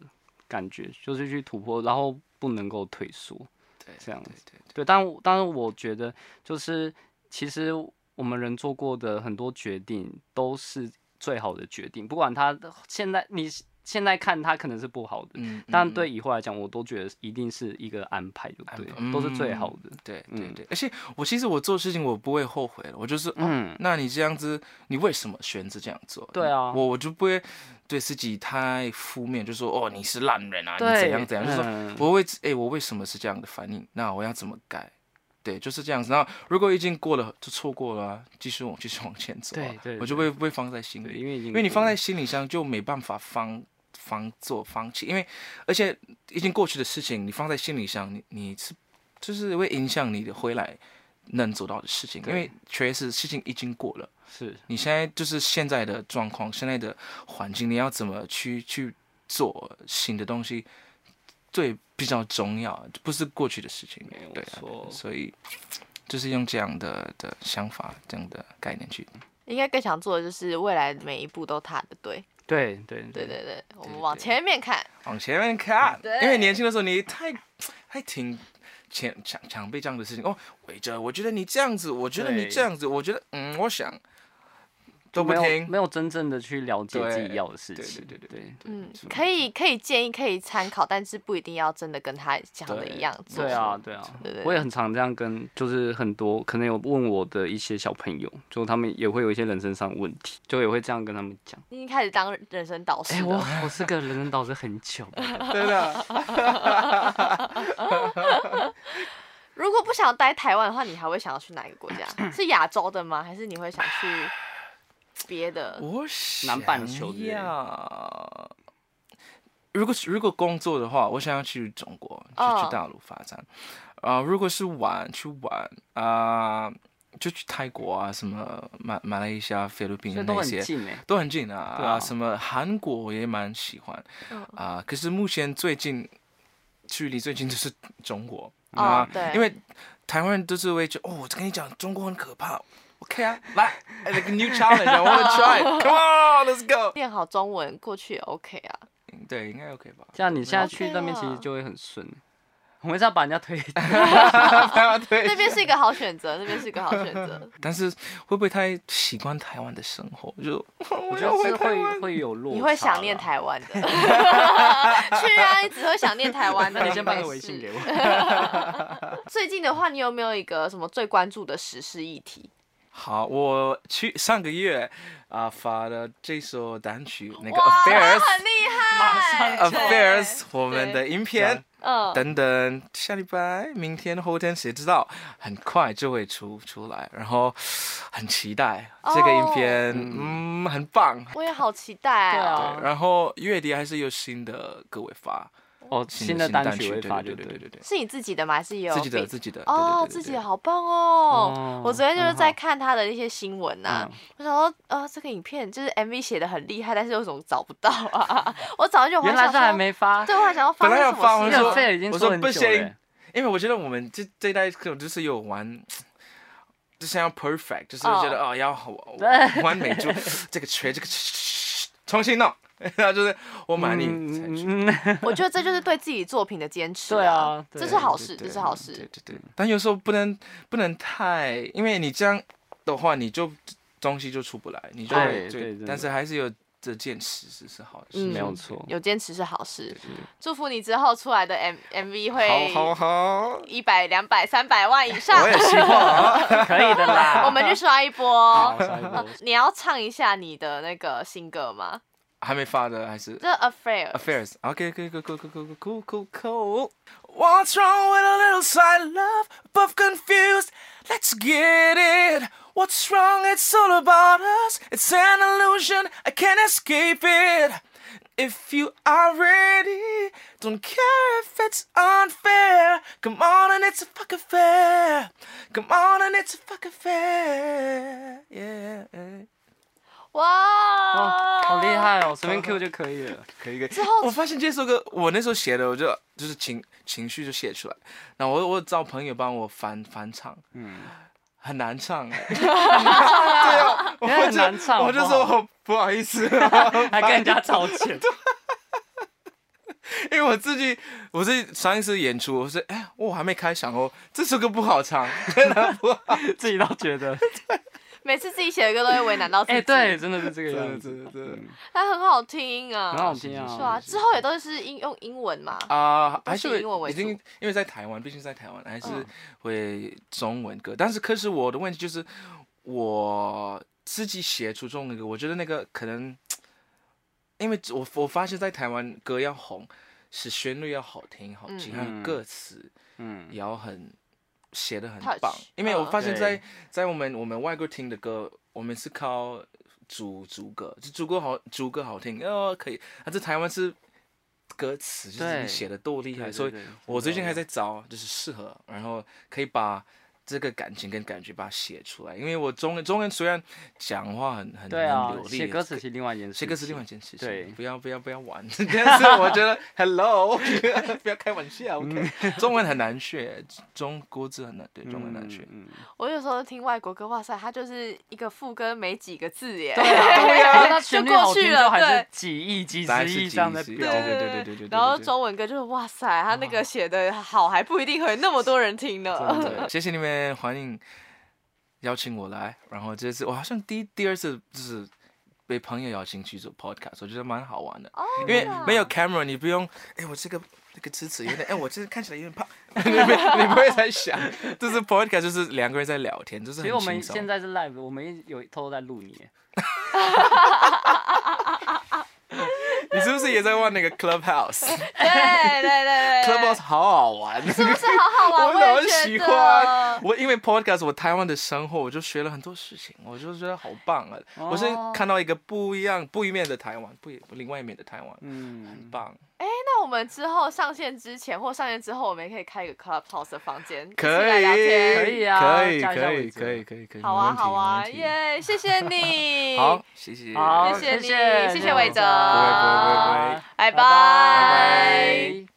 B: 感觉，就是去突破，然后不能够退缩。
A: 对，
B: 这样子
A: 对对
B: 对，但我但是我觉得就是其实我们人做过的很多决定都是最好的决定，不管他现在你现在看他可能是不好的，
A: 嗯，
B: 但
A: 嗯
B: 对以后来讲，我都觉得一定是一个安排，就
A: 安
B: 对，
A: 排
B: 都是最好的。
A: 对对
B: 嗯
A: 对，而且我其实我做事情我不会后悔的，我就是，
B: 嗯
A: 嗯，那你这样子，你为什么选择这样做？
B: 对啊
A: 我我就不会对自己太负面，就说哦你是烂人啊，你
B: 对
A: 怎样怎样，就说
B: 嗯
A: 我为哎、我为什么是这样的反应？那我要怎么改？对，就是这样子。然后如果已经过了，就错过了、啊，继续往继续往前走、啊，
B: 对对
A: 我就会不会放在心
B: 对，
A: 里，
B: 因为已经
A: 因为你
B: 过
A: 放
B: 了
A: 在心里上就没办法放放做放弃，因为而且已经过去的事情，你放在心里上，你你是就是会影响你的回来能做到的事情，因为确实事情已经过了，
B: 是
A: 你现在就是现在的状况，现在的环境，你要怎么去去做新的东西，对比较重要，不是过去的事情
B: 没有。
A: 对啊
B: 错，
A: 所以就是用这样的的想法、这样的概念去
C: 应该更想做的就是未来每一步都踏的对，
B: 对对
C: 对对
B: 对，
C: 对，我
A: 对
C: 们
A: 对
C: 往
A: 对
C: 前面看，
A: 往前面看
C: 对，
A: 因为年轻的时候你太还挺前常常被这样的事情哦，伟哲，我觉得你这样子，我觉得你
B: 对
A: 这样子，我觉得嗯，我想都不
B: 没有
A: 听，
B: 没有真正的去了解自己
A: 对
B: 要的事
A: 对
B: 情。
A: 对对
B: 对对
C: 嗯
A: 是，
C: 可以可以建议可以参考，但是不一定要真的跟他讲的一样做。
B: 对啊，对啊
C: 对对，
B: 我也很常这样跟，就是很多可能有问我的一些小朋友，就他们也会有一些人生上的问题，就也会这样跟他们讲。
C: 你已经开始当人生导
B: 哎、
C: 师
B: 我
C: 了，
B: 我是个人生导师很久了，
A: 对的，
B: [laughs]
C: 如果不想待台湾的话，你还会想要去哪一个国
B: [clears throat]
C: 家？是亚洲的吗？还是你会想去 [sighs] 别的？
A: 我想
B: 南半球之类
A: 要。如果是如果工作的话，我想要去中国，去
C: 哦
A: 去大陆发展。啊、如果是玩去玩啊、就去泰国啊，什么马马来西亚、菲律宾
B: 所以都
A: 那
B: 很
A: 些，
B: 近哎、
A: 都很近啊，啊
B: 对啊
A: 什么韩国我也蛮喜欢
C: 嗯
A: 啊、可是目前最近距离最近就是中国
C: 哦
A: 啊，
C: 对
A: 因为台湾人都是会觉得哦，我跟你讲，中国很可怕。OK 啊， [laughs] 来，like a new challenge，I
C: [laughs]
A: wanna try，come on，let's go。
C: 练好中文过去也 OK
B: [laughs]
C: 啊。
A: 对，应该 OK
C: [laughs]
A: 吧？
B: 这样你现在
C: ，OK
B: 去那边其实
C: 啦
B: 就会很顺。 [laughs] 我们是要把人家
A: [laughs]
B: 推，
A: 对
C: 哦那。边是一个好选择，那边是一个好选
B: [laughs]
C: 择。
A: 但是会不会太习惯台湾的生活？就我
B: 我觉得是
A: 台
B: 会
A: 湾。
B: 会有落差啦。
C: 你会想念台湾的， [laughs] 去啊，你只会想念台湾的。
B: 那你先把
C: 没
B: 你的微
C: 事
B: 信给我。
C: [laughs] 最近的话，你有没有一个什么最关注的时事议题？
A: 好，我去上个月啊、发的这首单曲那个
C: 哇，
A: Affairs
C: 很厉害
B: 马上就
C: 对
A: Affairs 我们的影片
B: 对
C: 嗯，
A: 等等，下礼拜、明天、后天谁知道，很快就会出出来，然后很期待这个影片，
B: 哦
A: 嗯，很棒。
C: 我也好期待
B: 对
C: 哦。
B: 啊
A: 对，然后月底还是有新的歌会发， [laughs]
B: 哦，新的单
A: 单
B: 曲会发就
A: 对对对对对，
C: 是你自己的吗？还是有
A: 自己的
C: feat？
A: 自己的
C: 哦，自己的好棒哦
B: 哦！
C: 我昨天就是
B: 很好
C: 在看他的一些新闻呐
B: 嗯，
C: 我想说，呃，这个影片就是 MV 写的很厉害，但是为什么找不到啊？ [laughs] 我早上就我
B: 原来
C: 想
B: 是还
C: 说，
B: 没发，
C: 对，我还想要发
A: 本来
C: 生
A: 要
C: 什
A: 发
B: [laughs]
C: 么
A: 我
C: 事
A: 说
B: 免
C: 啊？
B: 费已经
A: 我
B: 做
A: 说
B: 很
A: 不
B: 久了
A: 行
B: 欸。
A: 因为我觉得我们这这一代可能就是有玩，就像 perfect，就是觉得
C: [laughs]
A: 哦要好完美就这个缺这个重新弄， [laughs] 然后就是我满意才去。
B: 嗯，嗯
C: 我觉得这就是对自己作品的坚持。
B: 对啊对
C: 这是好事，
A: 对
C: 这
A: 对
C: 是好
A: 对
C: 事。
A: 对对，嗯但有时候不能不能太，因为你这样的话，你就东西就出不来，你就
B: 对
C: 哎
A: 会
B: 对真的
A: 但是还是有这件事是是好的事
C: 嗯
A: [laughs] 情，
B: 没有错。
C: 有坚持是好事
A: 对。对对
C: 祝福你之后出来的 M MV 会
A: 好好好，
C: 一百、两百、三百万以上
A: 我，也希望啊，
B: 可以的
C: [laughs]
B: 啦。
C: 我们去刷一波
A: [laughs]
C: 哦
B: 好，。下一波
C: 你要唱一下你的那个新歌吗？
A: 还没发的还是
C: 这 affair，
A: Affairs. Okay, okay, cool, cool, cool, cool, cool, cool, cool. What's wrong with a little side love? Both confused. Let's get it. What's wrong? It's all about us. It's an illusion. I can't escape it. If you are ready, don't care if it's unfair. Come on and it's a fuck affair. Come on and it's a fuck affair. Yeah.
C: 哇
B: 哦，，好厉！害
A: [laughs]
B: 哦，随便 Q 就可以了。
A: 可以可以。
C: 之后
A: 我发现这首歌，我那时候写的，我就就是情情绪就写出来，然后我我找朋友帮我翻翻唱，
B: 嗯，
A: 很难唱 [laughs]
B: [laughs]
A: 哎、对啊，我
B: 因
A: 就
B: 为很难唱
A: 我就
B: 好不
A: 说
B: 好
A: 我 [laughs] 不好意思，啊
B: 还跟人家超
A: [laughs]
B: 前。
A: 因为我自己我自己上一次演出，我是哎我还没开嗓哦，这首歌不好唱，真的不好，
B: 自己都
A: [laughs]
B: 觉得，
C: 每次自己写的歌都会为难到自己，
B: 哎，对，，真的是这个
A: 真
B: 样
A: 的
B: 子，
A: 真的真的
B: 嗯
C: 但很好听
B: 很好
C: 啊，
B: 听
C: 是
B: 啊。
C: 吧？之后也都是英用英文嘛，
A: 啊，
C: 都
A: 还
C: 是
A: 是会
C: 英文为
A: 已经
C: 主
A: 因为在台湾，毕竟在台湾，还是
C: 嗯
A: 会中文歌。但是，可是我的问题就是，我自己写出中文歌，我觉得那个可能，因为我我发现，在台湾歌要红，是旋律要好听好听，
C: 嗯
A: 还有
B: 嗯
A: 歌词
B: 嗯，
A: 也要很写的很
C: Touch，
A: 棒。因为我
C: 嗯
A: 发现在，
B: 对
A: 在我们我们外国听的歌，我们是靠主主歌，就主歌好主歌好听哦可以，但是台湾是。歌词就是
B: 对
A: 你写的多厉害，
B: 对
A: 所以
B: 对对
A: 我最近还在找，就是适合，然后可以把这个感情跟感觉把它写出来。因为我中文中文虽然讲话很很
B: 对
A: 很
B: 啊
A: 流，利，
B: 写歌词是另外一件事，
A: 写歌是另外一件事情，
B: 对
A: 不要不要不要玩。 [laughs] 但是我觉得，Hello，不 [laughs] 要开玩笑，OK。中 [laughs] 文很难学，中国字很难，对，中文难学。
B: 嗯，嗯
C: 我有时候听外国歌，哇塞，它就是一个副歌没几个字 [laughs] 耶。
B: [laughs] 对啊，对啊，可是它旋律
C: 就过
B: 好听
C: 去
B: 就
C: 了
B: 还是
C: 对
B: 几亿、几
A: 当然
B: 十
A: 是
B: 亿
A: 几
B: 这样
A: 亿
B: 在
A: 几亿
B: 飙
A: 对
B: 的。
A: 对对对对对
C: 然后
A: 对
C: 中文歌就是哇塞，他那个写的好还不一定会那么多人
B: 真
C: 听呢。
B: 的
A: [laughs] 对，谢谢你们欢迎邀请我来，然后这次我好像第一第二次就是被朋友邀请去做 podcast，我觉得蛮好玩的，
C: 哦
A: 因为
C: 真的啊
A: 没有 camera，你不用，哎，我这个。这个支持有点，哎，我这个看起来有点胖， [laughs] 你不你不会在想，就是 podcast 就是两个人在聊天，就是很
B: 其实我
A: 轻
B: 们
A: 松
B: 现在是 live，我们有偷偷在录你耶。
A: 你是不是也在玩那个 Clubhouse？Clubhouse
C: 对对
B: [laughs]
C: 对对对，
A: 好好玩，
C: 哎
A: [laughs]
C: 是不是好好玩？
A: 老
C: 我也
A: 是喜
C: 觉
A: 欢
C: 得。。
A: 我因为 Podcast，我台湾的生活，我就学了很多事情，我就觉得好棒啊！
B: 哦
A: 我是看到一个不一样、不一面的台湾，不一另外一面的台湾，
B: 嗯，
A: 棒。
C: 那我们之后上线之前或上线之后，我们也可以开一个 Clubhouse 的房间，一起
A: 可
C: 来聊
A: 以，
C: 天
B: 可以啊
A: 可以，
B: 加一下
A: 可以，
B: 伟泽
A: 可以，可以，可以。
C: 好
A: 没
C: 啊，
A: 问题
C: 好啊，！
A: 没问
C: 耶！谢谢你，
A: 题好，，谢谢。
B: 好，
C: 谢谢
B: 谢
C: 你
B: 谢
C: 谢谢伟哲
A: 不会不会不会
B: 拜
C: 拜拜。